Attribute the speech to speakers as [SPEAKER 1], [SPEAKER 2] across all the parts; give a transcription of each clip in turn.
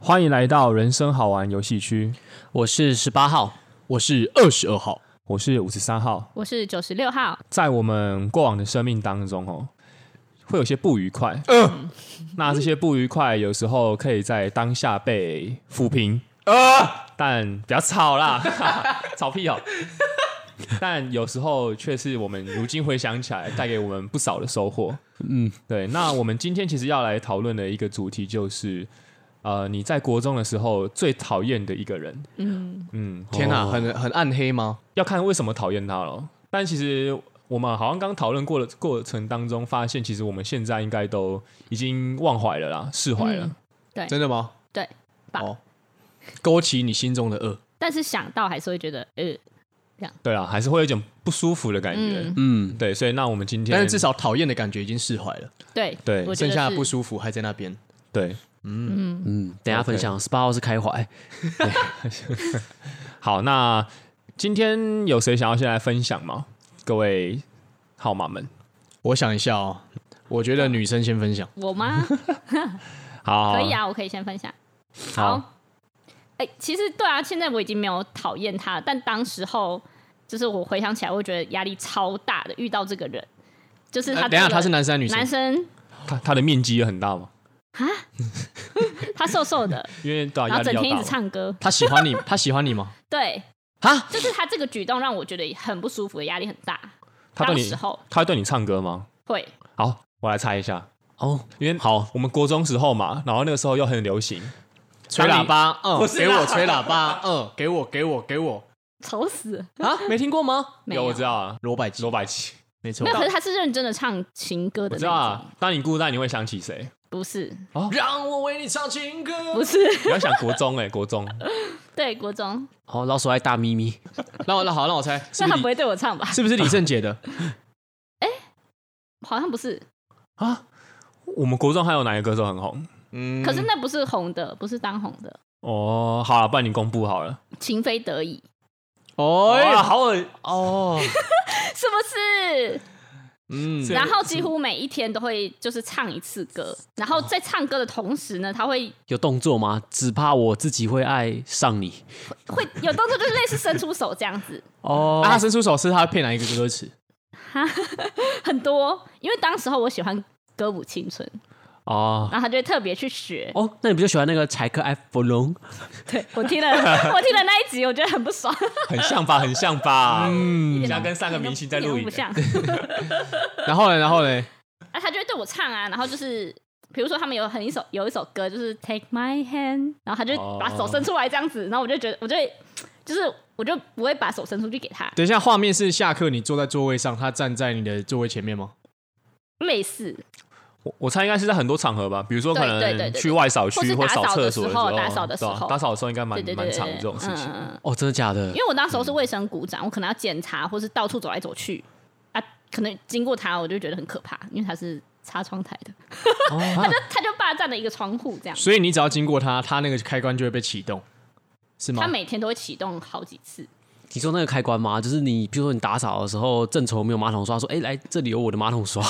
[SPEAKER 1] 欢迎来到人生好玩游戏区，
[SPEAKER 2] 我是十八号，
[SPEAKER 3] 我是二十二号，
[SPEAKER 1] 我是五十三号。
[SPEAKER 4] 我是九十六号，
[SPEAKER 1] 在我们过往的生命当中，哦，会有些不愉快。
[SPEAKER 2] 呃
[SPEAKER 1] 那这些不愉快有时候可以在当下被抚平，
[SPEAKER 2] 呃
[SPEAKER 1] 但不要吵啦， 吵屁哦。但有时候却是我们如今回想起来，带给我们不少的收获。嗯，对。那我们今天其实要来讨论的一个主题就是，呃，你在国中的时候最讨厌的一个人。嗯嗯，
[SPEAKER 2] 天哪，很很暗黑吗？
[SPEAKER 1] 要看为什么讨厌他了。但其实我们好像刚讨论过的过程当中，发现其实我们现在应该都已经忘怀了啦，释怀了。
[SPEAKER 4] 嗯对
[SPEAKER 2] 真的吗？
[SPEAKER 4] 对，吧
[SPEAKER 2] 哦，勾起你心中的恶。
[SPEAKER 4] 但是想到还是会觉得，呃，
[SPEAKER 1] 对啊，还是会有一种不舒服的感觉。
[SPEAKER 4] 嗯，
[SPEAKER 2] 嗯，
[SPEAKER 1] 对，所以那我们今天，
[SPEAKER 2] 但是至少讨厌的感觉已经释怀了，
[SPEAKER 4] 对
[SPEAKER 1] 对
[SPEAKER 4] 我觉
[SPEAKER 2] 剩
[SPEAKER 4] 得
[SPEAKER 2] 下的
[SPEAKER 4] 是
[SPEAKER 2] 不舒服还在那边。
[SPEAKER 1] 对
[SPEAKER 3] 嗯，等一下分享十八号是开怀，
[SPEAKER 1] 好，那今天有谁想要先来分享吗？各位号码们，
[SPEAKER 2] 我想一下哦，我觉得女生先分享。
[SPEAKER 4] 我吗？
[SPEAKER 1] 好，
[SPEAKER 4] 可以，啊，我可以先分享。
[SPEAKER 1] 好，
[SPEAKER 4] 哎、其实对啊，现在我已经没有讨厌他了，但当时候就是我回想起来，我会觉得压力超大的，遇到这个人，就是他、
[SPEAKER 2] 呃等一下，他是男生还是女
[SPEAKER 4] 男
[SPEAKER 2] 生？
[SPEAKER 4] 生，
[SPEAKER 1] 他他的面积也很大嘛，
[SPEAKER 4] 他瘦瘦的，
[SPEAKER 1] 因为对啊，压
[SPEAKER 4] 然后
[SPEAKER 1] 力
[SPEAKER 4] 整
[SPEAKER 1] 要
[SPEAKER 4] 天一
[SPEAKER 1] 大
[SPEAKER 4] 直
[SPEAKER 1] 嘛。
[SPEAKER 4] 唱歌，
[SPEAKER 2] 他喜 欢你，他喜欢你吗？
[SPEAKER 4] 对，
[SPEAKER 2] 啊，
[SPEAKER 4] 就是他这个举动让我觉得很不舒服，压力很大。
[SPEAKER 1] 他对
[SPEAKER 4] 当
[SPEAKER 1] 你
[SPEAKER 4] 时，候
[SPEAKER 1] 他会对你唱歌吗？
[SPEAKER 4] 会，
[SPEAKER 1] 好，我来猜一下，
[SPEAKER 3] 哦，
[SPEAKER 1] 因为
[SPEAKER 3] 好，
[SPEAKER 1] 我们国中时候嘛，然后那个时候又很流行，
[SPEAKER 2] 吹喇叭，嗯
[SPEAKER 1] 不，是
[SPEAKER 2] 给
[SPEAKER 1] 啦
[SPEAKER 2] 我吹喇叭，嗯，给我，给我，给我
[SPEAKER 4] 丑死了，
[SPEAKER 2] 啊，没听过吗？
[SPEAKER 4] 没
[SPEAKER 1] 有
[SPEAKER 4] 有
[SPEAKER 1] 我知道啊，
[SPEAKER 2] 罗百吉，
[SPEAKER 1] 罗百 吉，
[SPEAKER 2] 没错
[SPEAKER 4] 没有，。可是他是认真的唱情歌
[SPEAKER 1] 我
[SPEAKER 4] 的
[SPEAKER 1] 知道
[SPEAKER 4] 那种，
[SPEAKER 1] 啊。当你孤单，你会想起谁？
[SPEAKER 4] 不是，
[SPEAKER 2] 让我为你唱情歌
[SPEAKER 4] 不。是，
[SPEAKER 1] 你要想国中哎、国中
[SPEAKER 4] 对，国中，
[SPEAKER 3] 好，老鼠爱大咪咪，
[SPEAKER 2] 让我，那好，让我猜，是
[SPEAKER 4] 但
[SPEAKER 2] 不
[SPEAKER 4] 他
[SPEAKER 2] 是
[SPEAKER 4] 不
[SPEAKER 2] 李
[SPEAKER 4] 会对我唱吧？
[SPEAKER 2] 是不是李圣杰的？
[SPEAKER 4] 好像不是，
[SPEAKER 1] 啊，我们国中还有哪个歌手很红？
[SPEAKER 2] 嗯
[SPEAKER 4] 可是那不是红的，不是当红的，
[SPEAKER 1] 哦，好了，不然你公布好了。
[SPEAKER 4] 情非得已，
[SPEAKER 2] 哦
[SPEAKER 3] 哎
[SPEAKER 1] 哇，好恶
[SPEAKER 2] 哦，
[SPEAKER 4] 是不
[SPEAKER 2] 嗯
[SPEAKER 4] 是？哦然后几乎每一天都会就是唱一次歌，然后在唱歌的同时呢，他会
[SPEAKER 3] 有动作吗？只怕我自己会爱上你
[SPEAKER 4] 会有动作，就是类似伸出手这样子，
[SPEAKER 3] 哦
[SPEAKER 2] 啊，他伸出手是他配哪一个歌词？
[SPEAKER 4] 很多。因为当时候我喜欢歌舞青春，
[SPEAKER 1] 哦，
[SPEAKER 4] 然后他就会特别去学。
[SPEAKER 3] 哦，那你不就喜欢那个柴克艾弗隆？
[SPEAKER 4] 对我听了，我听了那一集，我觉得很不爽，
[SPEAKER 1] 很像吧，很像吧。
[SPEAKER 2] 嗯，
[SPEAKER 1] 你像跟三个明星在录
[SPEAKER 4] 一点都
[SPEAKER 1] 影
[SPEAKER 4] 不， 像。
[SPEAKER 2] 然后呢，然后呢，
[SPEAKER 4] 啊，他就会对我唱啊，然后就是。比如说，他们有很一首有一首歌，就是 Take My Hand，然后他就
[SPEAKER 1] 哦
[SPEAKER 4] 把手伸出来这样子，然后我就觉得，我就会就是我就不会把手伸出去给他，
[SPEAKER 2] 等一下，画面是下课你坐在座位上，他站在你的座位前面吗？
[SPEAKER 4] 类似
[SPEAKER 1] 我我猜应该是在很多场合吧，比如说可
[SPEAKER 4] 对对对
[SPEAKER 1] 能
[SPEAKER 4] 对
[SPEAKER 1] 去外扫区
[SPEAKER 4] 或是
[SPEAKER 1] 或
[SPEAKER 4] 打
[SPEAKER 1] 扫
[SPEAKER 4] 扫
[SPEAKER 1] 厕
[SPEAKER 4] 的
[SPEAKER 1] 所
[SPEAKER 4] 时候打扫的时
[SPEAKER 1] 对啊
[SPEAKER 4] 候
[SPEAKER 1] 打扫的时候应该蛮
[SPEAKER 4] 对对对
[SPEAKER 1] 蛮
[SPEAKER 4] 对
[SPEAKER 1] 常
[SPEAKER 4] 对，
[SPEAKER 1] 这种事情。
[SPEAKER 4] 嗯嗯嗯
[SPEAKER 3] 哦，真的假的
[SPEAKER 4] 因？为我那时候是卫生股长，我可能要检查或是到处走来走去啊，可能经过他，我就觉得很可怕，因为他是擦窗台的，
[SPEAKER 3] 哦
[SPEAKER 4] 他就他就霸占了一个窗户这样，
[SPEAKER 2] 所以你只要经过他，他那个开关就会被启动，是吗
[SPEAKER 4] 他？每天都会启动好 几次，
[SPEAKER 3] 你说那个开关吗？就是你，比如说你打扫的时候，正愁没有马桶刷，说，哎，来这里有我的马桶 刷，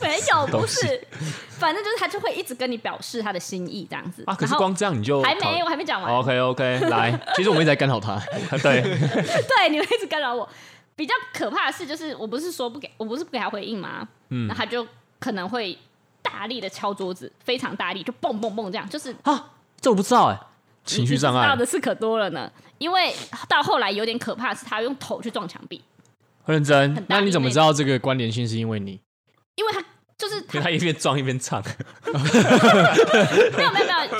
[SPEAKER 4] 没有不是，反正就是他就会一直跟你表示他的心意这样子
[SPEAKER 1] 啊，可
[SPEAKER 4] 然
[SPEAKER 1] 是
[SPEAKER 4] 后
[SPEAKER 1] 光这样你就
[SPEAKER 4] 还没，我还没讲完。
[SPEAKER 1] OK OK，来，
[SPEAKER 2] 其实我们一直在干扰他，
[SPEAKER 1] 对，
[SPEAKER 4] 对，你们一直干扰我。比较可怕的是，就是我不是说不给，我不是不给他回应吗？嗯，那他就可能会大力的敲桌子，非常大力，就蹦蹦蹦这样，就是
[SPEAKER 3] 这我不知道哎。
[SPEAKER 1] 情绪障
[SPEAKER 4] 你知道
[SPEAKER 1] 碍，
[SPEAKER 4] 的事可多了呢。因为到后来有点可怕，是他用头去撞墙壁，
[SPEAKER 1] 认真，
[SPEAKER 4] 很大
[SPEAKER 2] 那
[SPEAKER 4] 力
[SPEAKER 2] 你怎么
[SPEAKER 4] 那
[SPEAKER 2] 知道这个关联性是因为你？
[SPEAKER 4] 因为他就是
[SPEAKER 1] 因为
[SPEAKER 4] 他
[SPEAKER 1] 他一边撞一边唱。
[SPEAKER 4] 没有没有没有，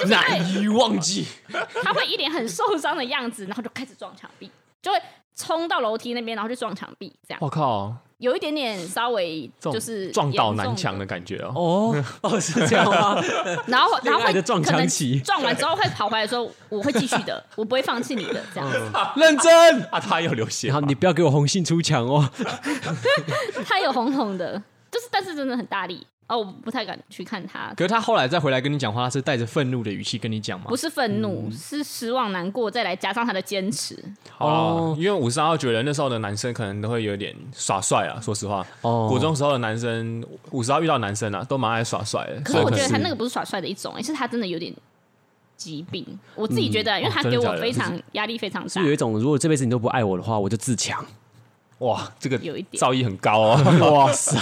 [SPEAKER 4] 就是会
[SPEAKER 2] 难以忘 记，
[SPEAKER 4] 他会一脸很受伤的样子，然后就开始撞墙壁，就会冲到楼梯那边，然后去撞墙壁，这样
[SPEAKER 1] 我靠，
[SPEAKER 4] 有一点点稍微
[SPEAKER 1] 哦这种
[SPEAKER 4] 就是
[SPEAKER 1] 撞倒南
[SPEAKER 4] 严重
[SPEAKER 1] 墙的感觉哦。
[SPEAKER 3] 哦哦，是 这样吗？
[SPEAKER 4] 然后然后
[SPEAKER 3] 恋爱
[SPEAKER 4] 会
[SPEAKER 3] 的撞
[SPEAKER 4] 可能
[SPEAKER 3] 墙期
[SPEAKER 4] 撞完之后会跑回来说，我会继续 的，我不会放弃你的，这样。
[SPEAKER 3] 嗯
[SPEAKER 2] 认真。
[SPEAKER 1] 啊，他有流血
[SPEAKER 3] 然
[SPEAKER 1] 吗，
[SPEAKER 3] 后你不要给我红杏出墙哦。
[SPEAKER 4] 他有红红的，就是但是真的很大力哦，我不太敢去看他，
[SPEAKER 2] 可是他后来再回来跟你讲话，他是带着愤怒的语气跟你讲吗
[SPEAKER 4] 不？是愤
[SPEAKER 3] 嗯
[SPEAKER 4] 怒，是失望、难过，再来加上他的坚持，
[SPEAKER 1] 哦
[SPEAKER 3] 哦，
[SPEAKER 1] 因为五十号觉得那时候的男生可能都会有点耍帅
[SPEAKER 4] 嗯
[SPEAKER 1] 啊，说实话，
[SPEAKER 3] 哦
[SPEAKER 1] 国中时候的男生，五十号遇到男生啊，都蛮爱耍帅的。
[SPEAKER 4] 可是我
[SPEAKER 1] 所以
[SPEAKER 4] 觉
[SPEAKER 1] 能
[SPEAKER 4] 得他那个不是耍帅的一种、欸，是他真的有点疾病。我自己觉
[SPEAKER 3] 嗯哦
[SPEAKER 4] 得，因为他
[SPEAKER 1] 真
[SPEAKER 4] 给
[SPEAKER 1] 的
[SPEAKER 4] 我
[SPEAKER 1] 假的
[SPEAKER 4] 非常压力非常
[SPEAKER 3] 是
[SPEAKER 4] 大
[SPEAKER 3] 不是。有一种，如果这辈子你都不爱我的话，我就自强？
[SPEAKER 1] 哇，这个
[SPEAKER 4] 有一点
[SPEAKER 1] 造诣很高 哦。
[SPEAKER 2] 哇塞！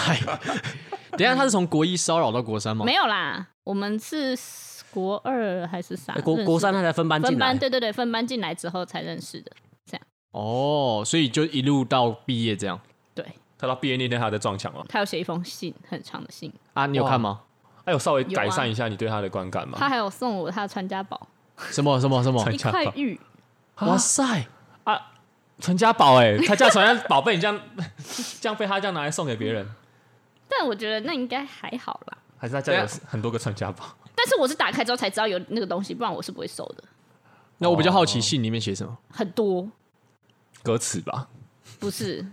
[SPEAKER 2] 等一下他是从国一骚扰到国三吗？
[SPEAKER 4] 没有啦，我们是国二还啊是啥？
[SPEAKER 3] 哎国
[SPEAKER 4] 认识
[SPEAKER 3] 国三他才分班进
[SPEAKER 4] 分班，
[SPEAKER 3] 来，
[SPEAKER 4] 对对对，分班进来之后才认识的。
[SPEAKER 2] 哦，所以就一路到毕业这样
[SPEAKER 4] 对
[SPEAKER 1] 他到毕业那天，他在撞墙哦。
[SPEAKER 4] 他有写一封信，很长的信，
[SPEAKER 2] 啊？你有
[SPEAKER 1] 哇
[SPEAKER 2] 看吗？
[SPEAKER 1] 哎有稍微
[SPEAKER 4] 有啊
[SPEAKER 1] 改善一下你对他的观感吗？
[SPEAKER 4] 他还有送我他的传家宝
[SPEAKER 2] 什么什么什么？
[SPEAKER 4] 一块玉，
[SPEAKER 2] 哇塞！
[SPEAKER 1] 传家宝 哎，他叫传家宝贝，你这样 这样被他这样拿来送给别人，
[SPEAKER 4] 但我觉得那应该还好啦。
[SPEAKER 1] 还是他家有
[SPEAKER 2] 对
[SPEAKER 4] 啊
[SPEAKER 1] 很多个传家宝？
[SPEAKER 4] 但是我是打开之后才知道有那个东西，不然我是不会收的。
[SPEAKER 2] 那我比较好奇信里面写什么？
[SPEAKER 4] 很多
[SPEAKER 1] 歌词吧，
[SPEAKER 4] 不是，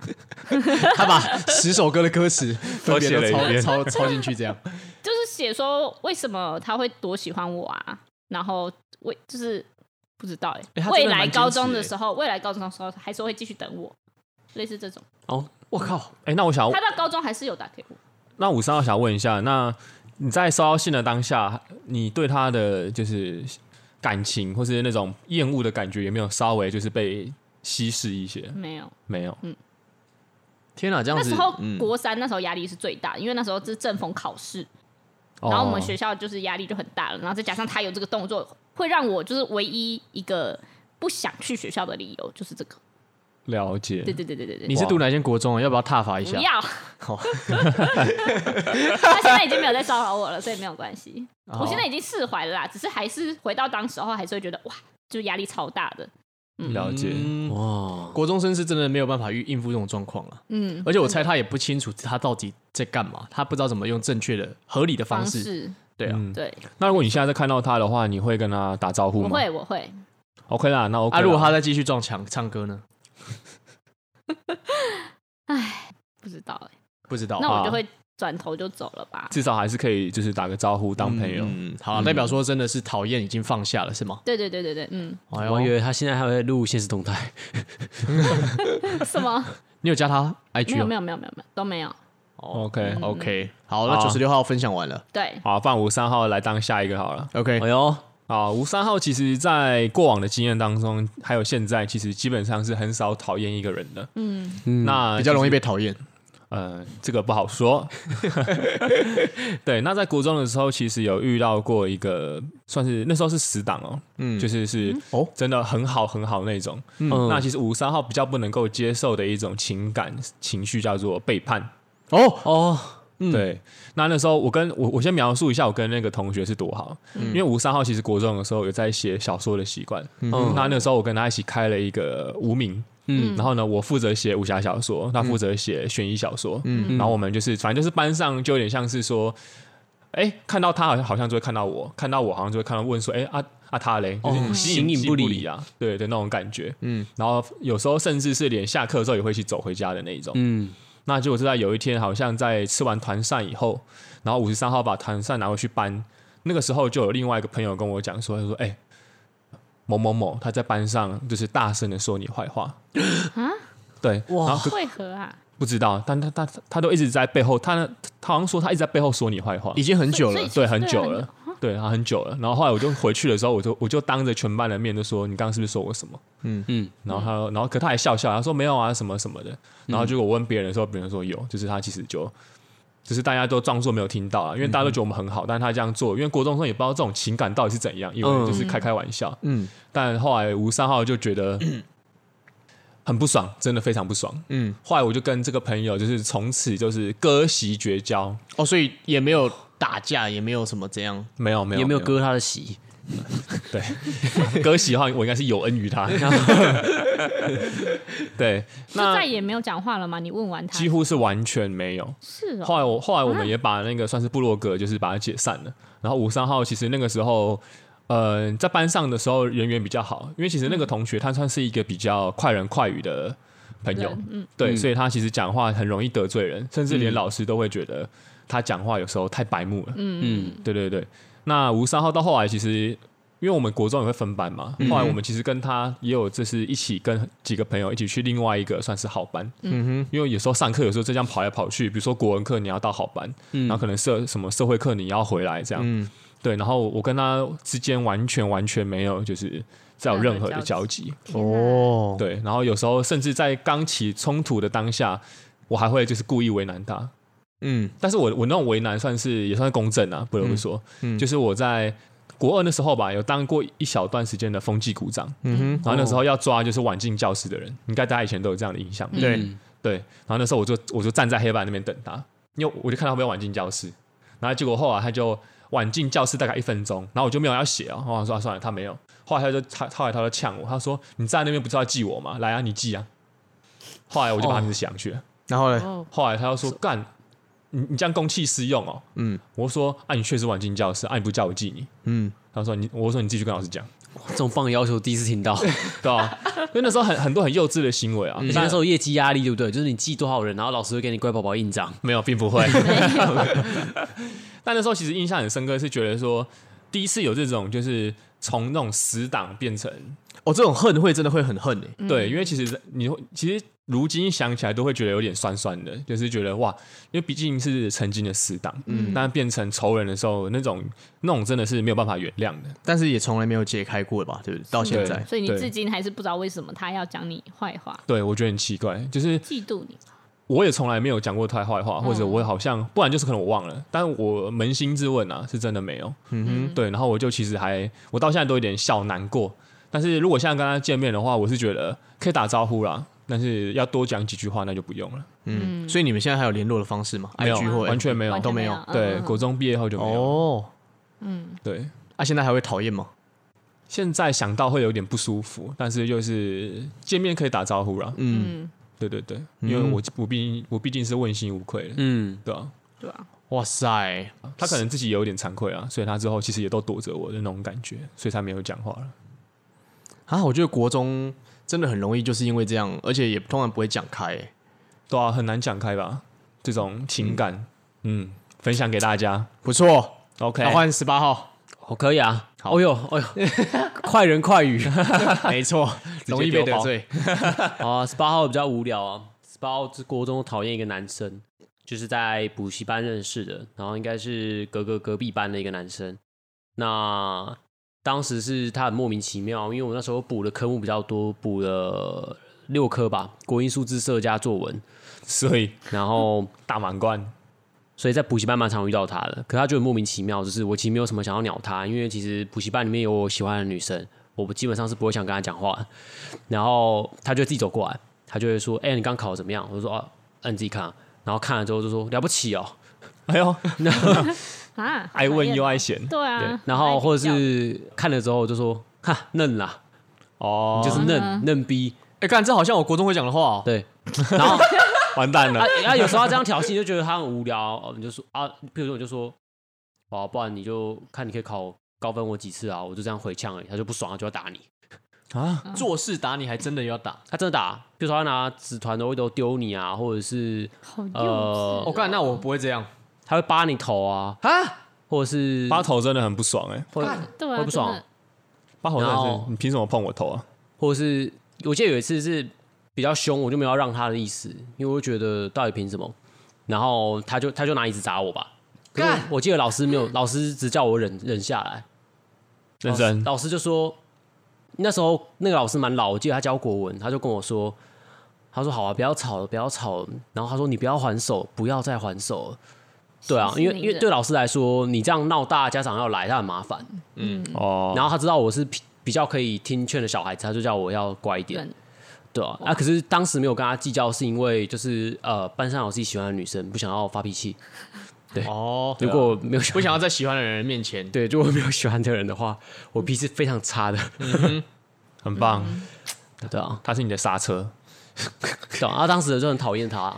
[SPEAKER 2] 他把十首歌的歌 词分别
[SPEAKER 1] 都
[SPEAKER 2] 都
[SPEAKER 1] 写了一遍
[SPEAKER 2] 抄抄抄进去，这样
[SPEAKER 4] 就是写说为什么他会多喜欢我啊，然后为就是不知道哎、
[SPEAKER 2] 欸他真
[SPEAKER 4] 未
[SPEAKER 2] 的蛮
[SPEAKER 4] 来
[SPEAKER 2] 坚
[SPEAKER 4] 高中
[SPEAKER 2] 持
[SPEAKER 4] 的
[SPEAKER 2] 欸
[SPEAKER 4] 时候，未来高中的时候还是会继续等我，类似这种。
[SPEAKER 3] 哦，
[SPEAKER 2] 我靠！
[SPEAKER 1] 哎，那我想
[SPEAKER 2] 哦
[SPEAKER 4] 他到高中还是有打给我，
[SPEAKER 1] 那五三号想问一下，那你在收到信的当下，你对他的就是感情或是那种厌恶的感觉，有没有稍微就是被稀释一些？
[SPEAKER 4] 没有。
[SPEAKER 1] 没有，
[SPEAKER 2] 天哪，这样
[SPEAKER 4] 那
[SPEAKER 2] 子
[SPEAKER 4] 时候
[SPEAKER 2] 嗯
[SPEAKER 4] 国三那时候压力是最大，因为那时候是正逢考试，
[SPEAKER 2] 哦
[SPEAKER 4] 然后我们学校就是压力就很大了，然后再加上他有这个动作，会让我就是唯一一个不想去学校的理由就是这个。
[SPEAKER 1] 了解
[SPEAKER 4] 对，对对对对对
[SPEAKER 2] 嗯你，是哦读哪间国中啊？要不要踏伐一下
[SPEAKER 4] 不？要。
[SPEAKER 2] 好
[SPEAKER 4] 他现在已经没有在骚扰我了，所以没有关系。
[SPEAKER 2] 哦
[SPEAKER 4] 我现在已经释怀了啦，只是还是回到当时候，还是会觉得哇，就压力超大的。
[SPEAKER 1] 了解。
[SPEAKER 2] 嗯
[SPEAKER 3] 哇，
[SPEAKER 2] 国中生是真的没有办法预应付这种状况了，
[SPEAKER 4] 嗯，
[SPEAKER 2] 而且我猜他也不清楚他到底在干嘛，他不知道怎么用正确的、合理的方
[SPEAKER 4] 方
[SPEAKER 2] 式。
[SPEAKER 4] 式
[SPEAKER 2] 对啊，
[SPEAKER 1] 嗯
[SPEAKER 4] 对，
[SPEAKER 1] 那如果你现在在看到他的话，你会跟他打招呼
[SPEAKER 4] 我
[SPEAKER 1] 吗？
[SPEAKER 4] 会我会，
[SPEAKER 1] OK 啦，那 OK 啦。
[SPEAKER 2] 啊，如果他再继续撞墙唱歌呢？
[SPEAKER 4] 不知道欸
[SPEAKER 2] 不知道，
[SPEAKER 4] 那我就
[SPEAKER 2] 啊
[SPEAKER 4] 会转头就走了吧。
[SPEAKER 1] 至少还是可以就是打个招呼当朋友。
[SPEAKER 2] 嗯，好啊，代表说真的是讨厌已经放下了，是吗？
[SPEAKER 4] 对对对对对，嗯，
[SPEAKER 2] 哎
[SPEAKER 3] 我以
[SPEAKER 2] 呦，
[SPEAKER 3] 为他现在还会录现实动态，
[SPEAKER 4] 什么？
[SPEAKER 2] 你有加他
[SPEAKER 4] 没
[SPEAKER 2] IG
[SPEAKER 4] 有
[SPEAKER 2] 哦
[SPEAKER 4] 没有嗯没有没有没有都没有。
[SPEAKER 2] 嗯
[SPEAKER 1] OK，
[SPEAKER 2] ？OK，好，啊那九十六号分享完了。
[SPEAKER 4] 对，
[SPEAKER 1] 好，放五三号来当下一个好了。
[SPEAKER 2] OK，
[SPEAKER 3] 哎呦，
[SPEAKER 1] 啊，吴三号其实，在过往的经验当中，还有现在，其实基本上是很少讨厌一个人的。
[SPEAKER 4] 嗯，
[SPEAKER 3] 嗯
[SPEAKER 1] 那
[SPEAKER 2] 比较容易
[SPEAKER 1] 被。
[SPEAKER 2] 被讨厌。
[SPEAKER 1] 呃，这个不好 说。对，那在国中的时候，其实有遇到过一个，算是那时候是死党哦，
[SPEAKER 2] 嗯，
[SPEAKER 1] 就是是
[SPEAKER 2] 哦
[SPEAKER 1] 真的很好很好那种。
[SPEAKER 3] 嗯
[SPEAKER 1] 那其实五三号比较不能够接受的一种情感情绪叫做背叛。
[SPEAKER 2] 哦，
[SPEAKER 3] 哦，
[SPEAKER 1] 对，那那时候我跟我我先描述一下我跟那个同学是多好，因为吴三号其实国中的时候有在写小说的习惯，
[SPEAKER 3] 哼
[SPEAKER 1] 那那时候我跟他一起开了一个无名，嗯，然后呢，我负责写武侠小说，他负责写悬疑小说，嗯，然后我们就是反正就是班上就有点像是说。哎，看到他好像好像就会看到我，看到我好像就会看到问说，哎啊啊他嘞，就是
[SPEAKER 3] 哦形影
[SPEAKER 1] 不
[SPEAKER 3] 不离
[SPEAKER 1] 啊，对的那种感觉，嗯，然后有时候甚至是连下课的时候也会一起走回家的那一种，
[SPEAKER 3] 嗯，
[SPEAKER 1] 那结果是在有一天，好像在吃完团扇以后，然后五十三号把团扇拿回去搬。那个时候就有另外一个朋友跟我讲说，他说：“哎、某某某他在班上就是大声的说你坏话。”
[SPEAKER 4] 啊，
[SPEAKER 1] 对，然
[SPEAKER 3] 哇
[SPEAKER 1] 后
[SPEAKER 4] 为何啊？
[SPEAKER 1] 不知道，但他他他他都一直在背后，他他好像说他一直在背后说你坏话，
[SPEAKER 2] 已经很久
[SPEAKER 4] 所以
[SPEAKER 2] 了。
[SPEAKER 4] 其实
[SPEAKER 1] 对，很久了， 对他很久了。然后后来我就回去的时候，我就我就当着全班的面就说：“你刚刚是不是说我什么？”嗯
[SPEAKER 2] 嗯
[SPEAKER 1] 嗯
[SPEAKER 3] 嗯。
[SPEAKER 1] 然后他，然后可他还笑笑，他说：“没有啊，什么什么的。”然后结果我问别人的时候，别人说有，就是他其实就。就是大家都装作没有听到啊，因为大家都觉得我们很好，但他这样做，因为国中生也不知道这种情感到底是怎样，因为就是开开玩笑。
[SPEAKER 2] 嗯
[SPEAKER 1] 但后来吴三号就觉得很不爽，真的非常不爽。
[SPEAKER 2] 嗯，
[SPEAKER 1] 后来我就跟这个朋友就是从此就是割席绝交，
[SPEAKER 2] 哦，所以也没有打架，也没有什么这样。
[SPEAKER 1] 没有没有
[SPEAKER 3] 也没有割他的席，
[SPEAKER 1] 哥喜欢我应该是有恩于 他。对，
[SPEAKER 4] 就
[SPEAKER 1] 那
[SPEAKER 4] 再也没有讲话了吗？你问完他
[SPEAKER 1] 几乎是完全没有。
[SPEAKER 4] 是哦，
[SPEAKER 1] 后来我后来我们也把那个算是部落格，就是把它解散了。然后五三号其实那个时候，呃，在班上的时候人缘比较好，因为其实那个同学他算是一个比较快人快语的朋友
[SPEAKER 4] 人，嗯，
[SPEAKER 1] 对，所以他其实讲话很容易得罪人，甚至连老师都会觉得他讲话有时候太白目了。
[SPEAKER 3] 嗯，
[SPEAKER 1] 对对对，那吴三号到后来其实，因为我们国中也会分班嘛，后来我们其实跟他也有就是一起跟几个朋友一起去另外一个算是好班，嗯哼，因为有时候上课有时候就这样嗯跑来跑去，比如说国文课你要到好班，然后可能社什么社会课你要回来这样，对，然后我跟他之间完全完全没有就是再有任何的交集，
[SPEAKER 4] 啊
[SPEAKER 2] 哦，
[SPEAKER 1] 对，然后有时候甚至在刚起冲突的当下，我还会就是故意为难他，
[SPEAKER 2] 嗯
[SPEAKER 1] 但是我我那种为难算是也算是公正啊，不得不说，
[SPEAKER 2] 嗯嗯
[SPEAKER 1] 就是我在国二的时候吧，有当过一小段时间的风纪股长，
[SPEAKER 2] 嗯
[SPEAKER 1] 然后那时候要抓就是晚进教室的人，应该大家以前都有这样的印象吧，
[SPEAKER 2] 哼，对，
[SPEAKER 3] 嗯
[SPEAKER 1] 对，然后那时候我就我就站在黑板那边等他，因为我就看他会不会晚进教室，然后结果后来他就晚进教室大概一分钟，然后我就没有要写哦，我说、啊、算了，他没有。后来他就他后来他就呛我，他说你站在那边不是要记我吗？来啊，你记啊。后来我就把他名字写上去了。
[SPEAKER 2] 然后呢，
[SPEAKER 4] 哦，
[SPEAKER 1] 后来他又说干，你你这样公器私用哦。
[SPEAKER 2] 嗯
[SPEAKER 1] 我说啊，你确实晚进教室，啊你不叫我记你。
[SPEAKER 2] 嗯，
[SPEAKER 1] 他说你，我说你自己去跟老师讲，
[SPEAKER 3] 这种棒的要求第一次听到。
[SPEAKER 1] 对啊， 因为那时候很很多很幼稚的行为啊，
[SPEAKER 3] 而且
[SPEAKER 1] 但
[SPEAKER 3] 那时候业绩压力对不对？就是你记多少人，然后老师会给你乖宝宝印章。
[SPEAKER 1] 没有，并不会。 但那时候其实印象很深刻，是觉得说第一次有这种就是从那种死党变成、
[SPEAKER 2] 哦，这种恨会真的会很恨欸诶，
[SPEAKER 1] 对，因为其实你会其实如今想起来都会觉得有点酸酸的，就是觉得哇，因为毕竟是曾经的死党，嗯，但变成仇人的时候，那种那种真的是没有办法原谅的。
[SPEAKER 2] 但是也从来没有解开过吧，对不对？到现在
[SPEAKER 1] 对，
[SPEAKER 4] 所以你
[SPEAKER 1] 对
[SPEAKER 4] 至今还是不知道为什么他要讲你坏话，
[SPEAKER 1] 对我觉得很奇怪，就是
[SPEAKER 4] 嫉妒你。
[SPEAKER 1] 我也从来没有讲过他坏话，
[SPEAKER 4] 嗯
[SPEAKER 1] 或者我好像，不然就是可能我忘了，但我扪心自问啊，是真的没有。嗯哼，对，然后我就其实还，我到现在都有点小难过。但是如果现在跟他见面的话，我是觉得可以打招呼啦，但是要多讲几句话那就不用了。
[SPEAKER 2] 嗯，所以你们现在还有联络的方式吗
[SPEAKER 1] 没有啊
[SPEAKER 2] ？IG 或
[SPEAKER 1] 完全没有
[SPEAKER 4] 完全
[SPEAKER 2] 都没有
[SPEAKER 4] 没有嗯
[SPEAKER 1] 对，
[SPEAKER 4] 嗯嗯
[SPEAKER 1] 国中毕业后就没有。
[SPEAKER 2] 哦，
[SPEAKER 1] 对，
[SPEAKER 2] 啊，现在还会讨厌吗？
[SPEAKER 1] 现在想到会有点不舒服，但是就是见面可以打招呼啦。
[SPEAKER 2] 嗯，
[SPEAKER 4] 嗯，
[SPEAKER 1] 对对对，因为我我毕竟我毕竟是问心无愧的，
[SPEAKER 3] 嗯，
[SPEAKER 1] 对啊。
[SPEAKER 4] 对啊，
[SPEAKER 2] 哇塞，
[SPEAKER 1] 他可能自己也有点惭愧啊，所以他之后其实也都躲着我的那种感觉，所以他没有讲话了。
[SPEAKER 2] 啊，我觉得国中真的很容易就是因为这样，而且也通常不会讲开欸。
[SPEAKER 1] 对啊，很难讲开吧？这种情感，嗯分享给大家。
[SPEAKER 2] 不错，
[SPEAKER 1] OK，
[SPEAKER 2] 那换十 八号，
[SPEAKER 3] 哦，可以啊。哦呦，哦 呦，快人快语。
[SPEAKER 2] 没错，容易被得罪。
[SPEAKER 3] 好啊，十八号比较无聊啊。十八号是国中讨厌一个男生，就是在补习班认识的，然后应该是隔隔隔壁班的一个男生。那当时是他很莫名其妙，因为我那时候补的科目比较多，补了六科吧，国英数字社加作文，
[SPEAKER 1] 所以
[SPEAKER 3] 然后
[SPEAKER 1] 大满贯，
[SPEAKER 3] 所以在补习班蛮常遇到他的，可他就很莫名其妙，就是我其实没有什么想要鸟他，因为其实补习班里面有我喜欢的女生，我基本上是不会想跟他讲话的。然后他就自己走过来，他就会说：“哎、你刚考得怎么样？”我就说：“啊，啊你自己看啊。”然后看了之后就说：“了不起哦。
[SPEAKER 1] 哎呦，
[SPEAKER 4] 啊，
[SPEAKER 1] 爱问又
[SPEAKER 4] 讨厌
[SPEAKER 1] 爱嫌
[SPEAKER 4] 对”
[SPEAKER 3] 对
[SPEAKER 4] 啊，，
[SPEAKER 3] 然后或者是看了之后就说：“哈，嫩啦，
[SPEAKER 1] 哦，
[SPEAKER 3] 你就是嫩、嫩逼。
[SPEAKER 2] 哎，干，这好像我国中会讲的话哦”。
[SPEAKER 3] 对，然后
[SPEAKER 1] 完蛋了
[SPEAKER 3] 啊。啊，有时候他这样挑衅，你就觉得他很无聊，哦你就说啊，比如说我就说，哦，不然你就看你可以考高分我几次啊，我就这样回呛而已，他就不爽，他就要打你，
[SPEAKER 1] 啊！
[SPEAKER 2] 做事打你还真的要打。
[SPEAKER 3] 他真的打，比如说他拿纸团都会都丢你啊，或者是
[SPEAKER 4] 好幼
[SPEAKER 3] 呃
[SPEAKER 4] 稚。
[SPEAKER 2] 我哦干，那我不会这样
[SPEAKER 3] 他会扒你头啊，
[SPEAKER 2] 啊。
[SPEAKER 3] 或者是
[SPEAKER 1] 八头真的很不爽哎、
[SPEAKER 3] 或者
[SPEAKER 4] 对啊，
[SPEAKER 3] 会不爽
[SPEAKER 4] 真的
[SPEAKER 1] 八头真的
[SPEAKER 3] 然后
[SPEAKER 1] 是你凭什么碰我头啊？
[SPEAKER 3] 或者是我记得有一次是比较凶，我就没有要让他的意思，因为我就觉得到底凭什么？然后他就他就拿椅子砸我吧。可是我我记得老师没有，老师只叫我忍忍下来，
[SPEAKER 1] 认真，
[SPEAKER 3] 老师就说，那时候那个老师蛮老，我记得他教国文，他就跟我说，他说好啊，不要吵了，不要吵了。然后他说你不要还手，不要再还手了。对啊，
[SPEAKER 4] 息 事
[SPEAKER 3] 因为
[SPEAKER 4] 宁
[SPEAKER 3] 因为
[SPEAKER 4] 人
[SPEAKER 3] 对老师来说，你这样闹大，家长要来，他很麻烦。嗯
[SPEAKER 1] 哦，
[SPEAKER 3] 然后他知道我是比比较可以听劝的小孩子，他就叫我要乖一点
[SPEAKER 4] 忍。
[SPEAKER 3] 对啊，啊，可是当时没有跟他计较，是因为就是呃，班上有自己喜欢的女生，不想要发脾气。
[SPEAKER 2] 哦，
[SPEAKER 3] 如果没有喜
[SPEAKER 2] 不
[SPEAKER 3] 欢
[SPEAKER 2] 想要在喜欢的人面前，
[SPEAKER 3] 对，如果没有喜欢的人的话，我脾气非常差的。
[SPEAKER 1] 很棒，
[SPEAKER 3] 对啊，
[SPEAKER 1] 他是你的刹车。
[SPEAKER 3] 懂啊，当时就很讨厌他，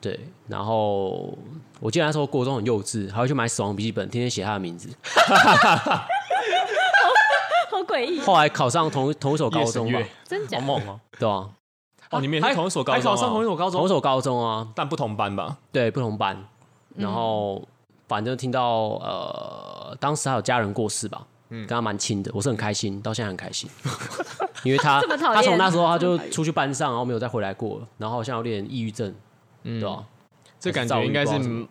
[SPEAKER 3] 对。然后我记得那时候国中很幼稚，还会去买死亡笔记本，天天写他的名字。
[SPEAKER 4] 好诡异，
[SPEAKER 3] 后来考上同同一所高
[SPEAKER 1] 夜神
[SPEAKER 3] 中吧
[SPEAKER 1] 月，
[SPEAKER 4] 真假
[SPEAKER 1] 好？猛哦！
[SPEAKER 3] 对啊，
[SPEAKER 1] 哦，你们也是同一所高
[SPEAKER 2] 还
[SPEAKER 1] 中、
[SPEAKER 2] 考上同一所高
[SPEAKER 3] 同一
[SPEAKER 2] 中，
[SPEAKER 3] 所高中啊，
[SPEAKER 1] 但不同班吧？
[SPEAKER 3] 对，不同班。
[SPEAKER 4] 嗯
[SPEAKER 3] 然后反正听到呃，当时还有家人过世吧，
[SPEAKER 1] 嗯
[SPEAKER 3] 跟他蛮亲的，我是很开心，到现在很开心， 因为他
[SPEAKER 4] 这么讨厌
[SPEAKER 3] 他从那时候他就出去班上，然后没有再回来过了，然后好像有点抑郁症，对啊，
[SPEAKER 1] 嗯
[SPEAKER 2] 这感觉应该
[SPEAKER 3] 还是躁郁不知
[SPEAKER 2] 是
[SPEAKER 3] 道
[SPEAKER 2] 嗯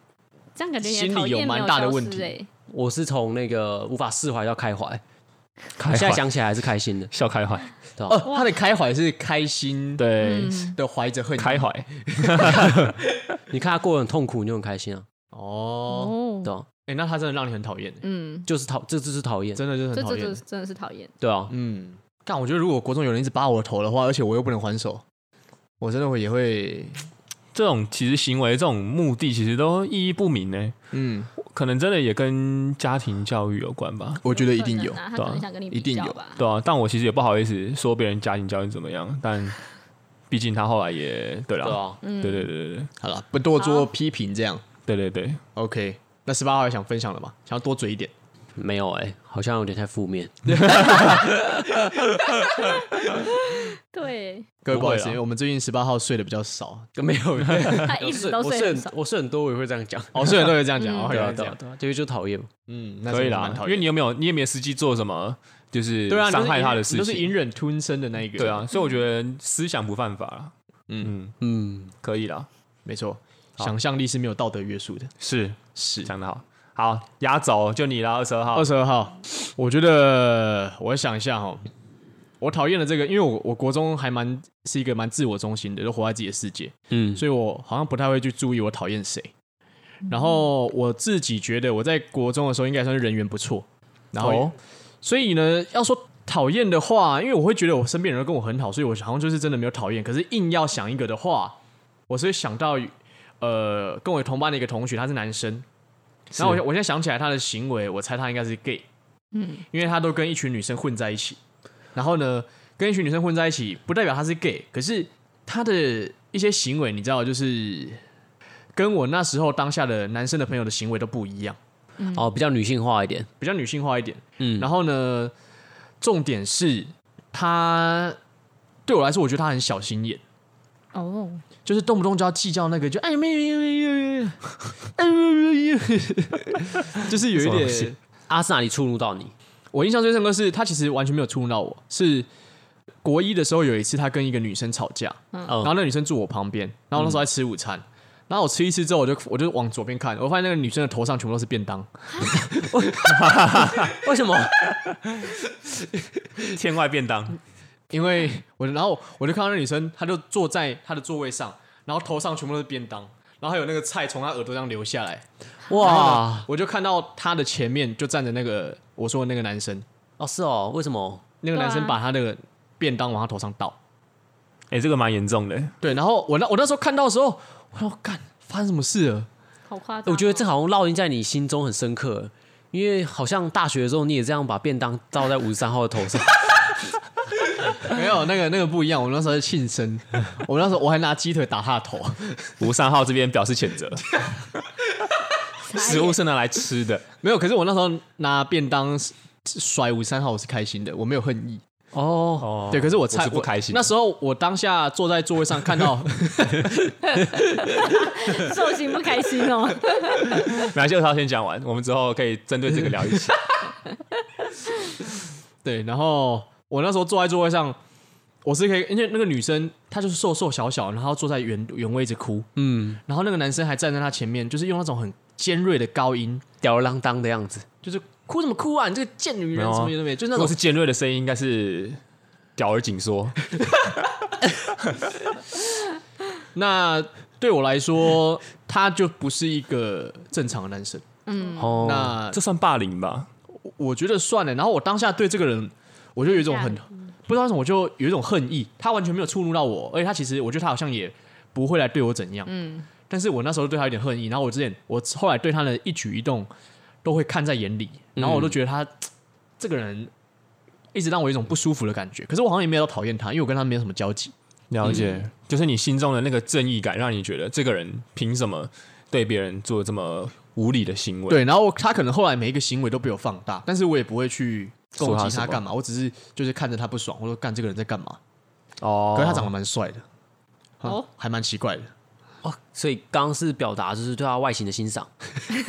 [SPEAKER 4] 这样感觉你的
[SPEAKER 2] 心里
[SPEAKER 4] 讨厌
[SPEAKER 2] 有蛮
[SPEAKER 4] 没
[SPEAKER 2] 大的
[SPEAKER 4] 消
[SPEAKER 2] 问
[SPEAKER 4] 失
[SPEAKER 2] 题
[SPEAKER 4] 欸
[SPEAKER 3] 我是从那个无法释怀到开怀，
[SPEAKER 1] 开
[SPEAKER 3] 现在
[SPEAKER 1] 怀
[SPEAKER 3] 想起来还是开心的，
[SPEAKER 1] 笑开怀，
[SPEAKER 3] 对吧？
[SPEAKER 2] 哦，他的开怀是开心
[SPEAKER 1] 对，
[SPEAKER 4] 嗯
[SPEAKER 2] 的怀着恨意
[SPEAKER 1] 开怀，
[SPEAKER 3] 你看他过得很痛苦，你就很开心啊，
[SPEAKER 2] 哦。
[SPEAKER 4] 哦
[SPEAKER 3] 对，吧？
[SPEAKER 2] 哎，那他真的让你很讨厌欸，
[SPEAKER 4] 嗯，
[SPEAKER 3] 就是讨，这就是讨厌，
[SPEAKER 2] 真的就是
[SPEAKER 4] 这
[SPEAKER 2] 很讨
[SPEAKER 4] 这
[SPEAKER 2] 厌
[SPEAKER 4] 这。真的是讨厌，
[SPEAKER 3] 对啊，
[SPEAKER 2] 嗯，但我觉得如果国中有人一直扒我的头的话，而且我又不能还手，我真的会也
[SPEAKER 4] 嗯
[SPEAKER 2] 会，
[SPEAKER 1] 这种其实行为这种目的其实都意义不明呢、
[SPEAKER 2] 嗯，
[SPEAKER 1] 可能真的也跟家庭教育有关吧。
[SPEAKER 2] 我觉得一定有
[SPEAKER 4] 可能。啊他
[SPEAKER 1] 对啊
[SPEAKER 4] 可能想跟你
[SPEAKER 2] 一定
[SPEAKER 4] 比较
[SPEAKER 2] 有
[SPEAKER 4] 吧，
[SPEAKER 1] 对啊，但我其实也不好意思说别人家庭教育怎么样，但毕竟他后来也对
[SPEAKER 3] 对
[SPEAKER 1] 了，
[SPEAKER 3] 啊，
[SPEAKER 1] 对对对对对
[SPEAKER 2] 好了，不多
[SPEAKER 4] 好
[SPEAKER 2] 做批评，这样
[SPEAKER 1] 对对对，
[SPEAKER 2] OK。那十八号还想分享的吗？想要多嘴一点。
[SPEAKER 3] 没有哎，好像有点太负面，
[SPEAKER 4] 对，
[SPEAKER 2] 各位不
[SPEAKER 1] 不
[SPEAKER 2] 好
[SPEAKER 1] 会
[SPEAKER 2] 意思，
[SPEAKER 1] 啦
[SPEAKER 2] 因为我们最近十八号睡的比较少，
[SPEAKER 3] 没有，
[SPEAKER 4] 他 一直都
[SPEAKER 3] 我
[SPEAKER 4] 睡
[SPEAKER 3] 是
[SPEAKER 4] 很
[SPEAKER 3] 很
[SPEAKER 4] 少，
[SPEAKER 3] 我是很多，我也会这样讲，
[SPEAKER 2] 哦，睡人都会这样讲，
[SPEAKER 4] 嗯
[SPEAKER 2] 哦，
[SPEAKER 3] 对
[SPEAKER 2] 有
[SPEAKER 3] 啊，
[SPEAKER 2] 人这
[SPEAKER 3] 对啊
[SPEAKER 2] 样，，
[SPEAKER 3] 对啊，这个就讨厌嘛，
[SPEAKER 2] 嗯，那
[SPEAKER 1] 可以
[SPEAKER 2] 真的
[SPEAKER 1] 啦
[SPEAKER 2] 蛮，讨
[SPEAKER 1] 因为
[SPEAKER 2] 厌
[SPEAKER 1] 你有没有你也没实际做什么，就是
[SPEAKER 2] 对啊，你都
[SPEAKER 1] 伤
[SPEAKER 2] 是
[SPEAKER 1] 害
[SPEAKER 2] 隐
[SPEAKER 1] 他的
[SPEAKER 2] 忍
[SPEAKER 1] 事
[SPEAKER 2] 你都是
[SPEAKER 1] 情，
[SPEAKER 2] 隐忍吞声的那一个，
[SPEAKER 1] 对啊，，所以我觉得思想不犯法啦，
[SPEAKER 2] 嗯
[SPEAKER 1] 嗯，
[SPEAKER 3] 嗯，
[SPEAKER 1] 可以啦，
[SPEAKER 2] 没错，想象力是没有道德约束的，
[SPEAKER 1] 是
[SPEAKER 2] 是。哦
[SPEAKER 1] 讲的好，好压轴就你啦，二十二号
[SPEAKER 2] 二，十二号，我觉得我想一下哈，我讨厌的这个，因为我我国中还蛮是一个蛮自我中心的，都活在自己的世界，
[SPEAKER 3] 嗯，
[SPEAKER 2] 所以我好像不太会去注意我讨厌谁。然后我自己觉得我在国中的时候应该算是人缘不错，然后、
[SPEAKER 1] 哦
[SPEAKER 2] 所以呢，要说讨厌的话，因为我会觉得我身边人都跟我很好，所以我好像就是真的没有讨厌。可是硬要想一个的话，我是会想到呃，跟我同班的一个同学，他是男生，然后我我现在想起来他的行为，我猜他应该是 gay，嗯，因为他都跟一群女生混在一起。然后呢，跟一群女生混在一起，不代表他是 gay，可是他的一些行为，你知道，就是跟我那时候当下的男生的朋友的行为都不一样，
[SPEAKER 4] 嗯
[SPEAKER 3] 哦，比较女性化一点，
[SPEAKER 2] 比较女性化一点。
[SPEAKER 3] 嗯，
[SPEAKER 2] 然后呢，重点是他对我来说，我觉得他很小心眼，
[SPEAKER 4] 哦，
[SPEAKER 2] 就是动不动就要计较那个，就哎没有没有没有，哎没有，就是有一
[SPEAKER 1] 什么东西
[SPEAKER 2] 点。
[SPEAKER 3] 阿是哪里触怒到你？
[SPEAKER 2] 我印象最深刻是他其实完全没有触怒到我，是国一的时候有一次他跟一个女生吵架，然
[SPEAKER 3] 哦，
[SPEAKER 2] 后那个女生住我旁边，然后那时候在吃午餐。然后我吃一吃之后，我就我就往左边看，我发现那个女生的头上全部都是便当，
[SPEAKER 3] 为 什么？
[SPEAKER 1] 天外便当，
[SPEAKER 2] 因为我然后我就看到那女生，她就坐在她的座位上，然后头上全部都是便当，然后还有那个菜从她耳朵上流下来，
[SPEAKER 3] 啊哇，
[SPEAKER 2] 我就看到她的前面就站着那个我说的那个男生，
[SPEAKER 3] 哦是哦，为什么？
[SPEAKER 2] 那个男
[SPEAKER 4] 对
[SPEAKER 2] 生
[SPEAKER 4] 啊
[SPEAKER 2] 把他的便当往她头上倒，
[SPEAKER 1] 哎，这个蛮严重的，
[SPEAKER 2] 对，然后我那我那时候看到的时候，我说干发生什么事了？
[SPEAKER 4] 好夸张哦，
[SPEAKER 3] 我觉得这好像烙印在你心中很深刻，因为好像大学的时候你也这样把便当倒在五十三号的头上，
[SPEAKER 2] 没有那个那个不一样，我那时候在庆生， 我那时候我还拿鸡腿打他的头，
[SPEAKER 1] 吴三号这边表示谴责，食
[SPEAKER 4] 物
[SPEAKER 1] 物是拿来吃 的，
[SPEAKER 2] 没有，可是我那时候拿便当甩五三号，我是开心的，我没有恨意。
[SPEAKER 3] 哦，
[SPEAKER 1] 哦
[SPEAKER 2] 对，可是我
[SPEAKER 1] 我
[SPEAKER 2] 菜
[SPEAKER 1] 是不开心的
[SPEAKER 2] 那时候我当下坐在座位上看到，
[SPEAKER 4] 受刑不开心哦，
[SPEAKER 1] 没关系，二十号先讲完，我们之后可以针对这个聊一 起。
[SPEAKER 2] 对，然后我那时候坐在座位上，我是可以，因为那个女生她就是瘦瘦小小，然后坐在原原位一直哭，
[SPEAKER 3] 嗯，
[SPEAKER 2] 然后那个男生还站在她前面，就是用那种很尖锐的高音，
[SPEAKER 3] 吊儿郎当的样子，
[SPEAKER 2] 就是哭什么哭啊，你这个贱女人
[SPEAKER 1] 没有啊
[SPEAKER 2] 什么的没有，就是那
[SPEAKER 1] 如果
[SPEAKER 2] 种
[SPEAKER 1] 是尖锐的声音，应该是屌而紧缩。
[SPEAKER 2] 那对我来说，他就不是一个正常的男生。
[SPEAKER 4] 嗯
[SPEAKER 3] 哦，
[SPEAKER 2] 那
[SPEAKER 1] 这算霸凌吧？
[SPEAKER 2] 我觉得算了。然后我当下对这个人，我就有一种很
[SPEAKER 4] 这
[SPEAKER 2] 不知道为什么，我就有一种恨意。他完全没有触怒到我，而且他其实我觉得他好像也不会来对我怎样。
[SPEAKER 4] 嗯，
[SPEAKER 2] 但是我那时候对他有点恨意，然后我之前我后来对他的一举一动都会看在眼里，
[SPEAKER 1] 嗯
[SPEAKER 2] 然后我都觉得他、这个人一直让我有一种不舒服的感觉。可是我好像也没有到讨厌他，因为我跟他没有什么交集。
[SPEAKER 1] 了解，嗯就是你心中的那个正义感，让你觉得这个人凭什么对别人做这么无理的行为？，
[SPEAKER 2] 对，然后他可能后来每一个行为都被我放大，但是我也不会去攻
[SPEAKER 1] 说他
[SPEAKER 2] 击
[SPEAKER 1] 什
[SPEAKER 2] 他
[SPEAKER 1] 么
[SPEAKER 2] 干嘛，我只是就是看着他不爽，我说干这个人在干嘛？
[SPEAKER 1] 哦
[SPEAKER 2] 可是他长得蛮帅的，哦
[SPEAKER 4] 哦，
[SPEAKER 2] 还蛮奇怪的。
[SPEAKER 3] 哦，所以刚刚是表达就是对他外形的欣赏，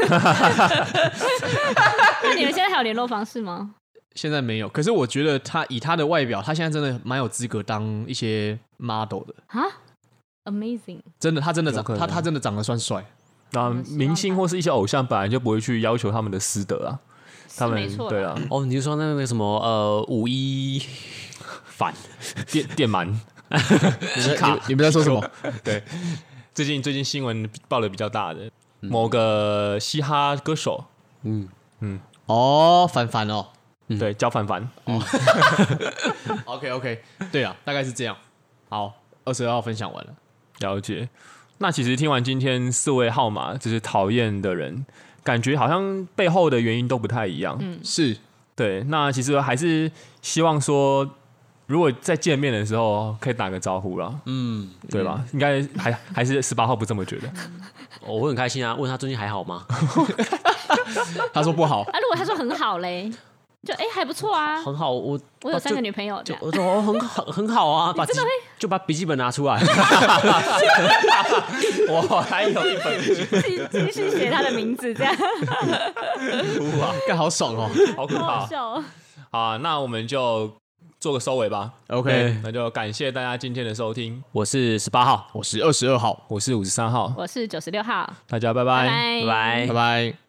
[SPEAKER 4] 那你们现在还有联络方式吗？
[SPEAKER 2] 现在没有，可是我觉得他以他的外表，他现在真的蛮有资格当一些 model 的。
[SPEAKER 4] 啊，amazing，
[SPEAKER 2] 真的，他真的
[SPEAKER 1] 有可
[SPEAKER 2] 长
[SPEAKER 1] 能
[SPEAKER 2] 他他真的长得算帅，
[SPEAKER 1] 那
[SPEAKER 4] 们希望
[SPEAKER 1] 明星或是一些偶像本来就不会去要求他们的师德啊，他
[SPEAKER 4] 是
[SPEAKER 1] 们
[SPEAKER 4] 没错
[SPEAKER 1] 对
[SPEAKER 4] 啦
[SPEAKER 1] 啊，
[SPEAKER 3] 哦，你就说那个什么呃五一反，
[SPEAKER 1] 电电鳗。
[SPEAKER 5] 你们你们在说什么？
[SPEAKER 1] 最近最近新闻报的比较大的某个嘻哈歌手，
[SPEAKER 3] 嗯，
[SPEAKER 2] 哦，凡凡哦
[SPEAKER 1] 对，焦凡凡，
[SPEAKER 2] ，OK OK，对啊，大概是这样。好，二十二号分享完了，
[SPEAKER 1] 了解。那其实听完今天四位号码，就是讨厌的人，感觉好像背后的原因都不太一样。
[SPEAKER 4] 嗯
[SPEAKER 5] 是
[SPEAKER 1] 对，那其实还是希望说，如果在见面的时候可以打个招呼啦，
[SPEAKER 2] 嗯，
[SPEAKER 1] 对吧？应该还还是十八号不这么觉 得，
[SPEAKER 3] 我会很开心啊，问他最近还好吗？
[SPEAKER 2] 他说不好，
[SPEAKER 4] 啊，如果他说很好嘞，就哎、还不错啊，
[SPEAKER 3] 很好，我
[SPEAKER 4] 我有三个女啊朋友这
[SPEAKER 3] 就
[SPEAKER 4] 样。
[SPEAKER 3] 我说哦很好 很好啊，把笔就把笔记本拿出 来，
[SPEAKER 1] 我还有一 本
[SPEAKER 4] 自己自己去写他的名字，这样
[SPEAKER 2] 干好爽哦。
[SPEAKER 1] 好可
[SPEAKER 4] 好
[SPEAKER 1] 怕
[SPEAKER 4] 好笑哦。
[SPEAKER 1] 啊！那我们就做个收尾吧。对
[SPEAKER 2] OK，
[SPEAKER 1] 那就感谢大家今天的收听，
[SPEAKER 3] 我是十八号，
[SPEAKER 2] 我是二十二号，
[SPEAKER 1] 我是五十三号，
[SPEAKER 4] 我是九十六号，
[SPEAKER 1] 大家拜
[SPEAKER 4] 拜
[SPEAKER 1] 拜
[SPEAKER 4] 拜
[SPEAKER 3] 拜拜
[SPEAKER 2] 拜。拜。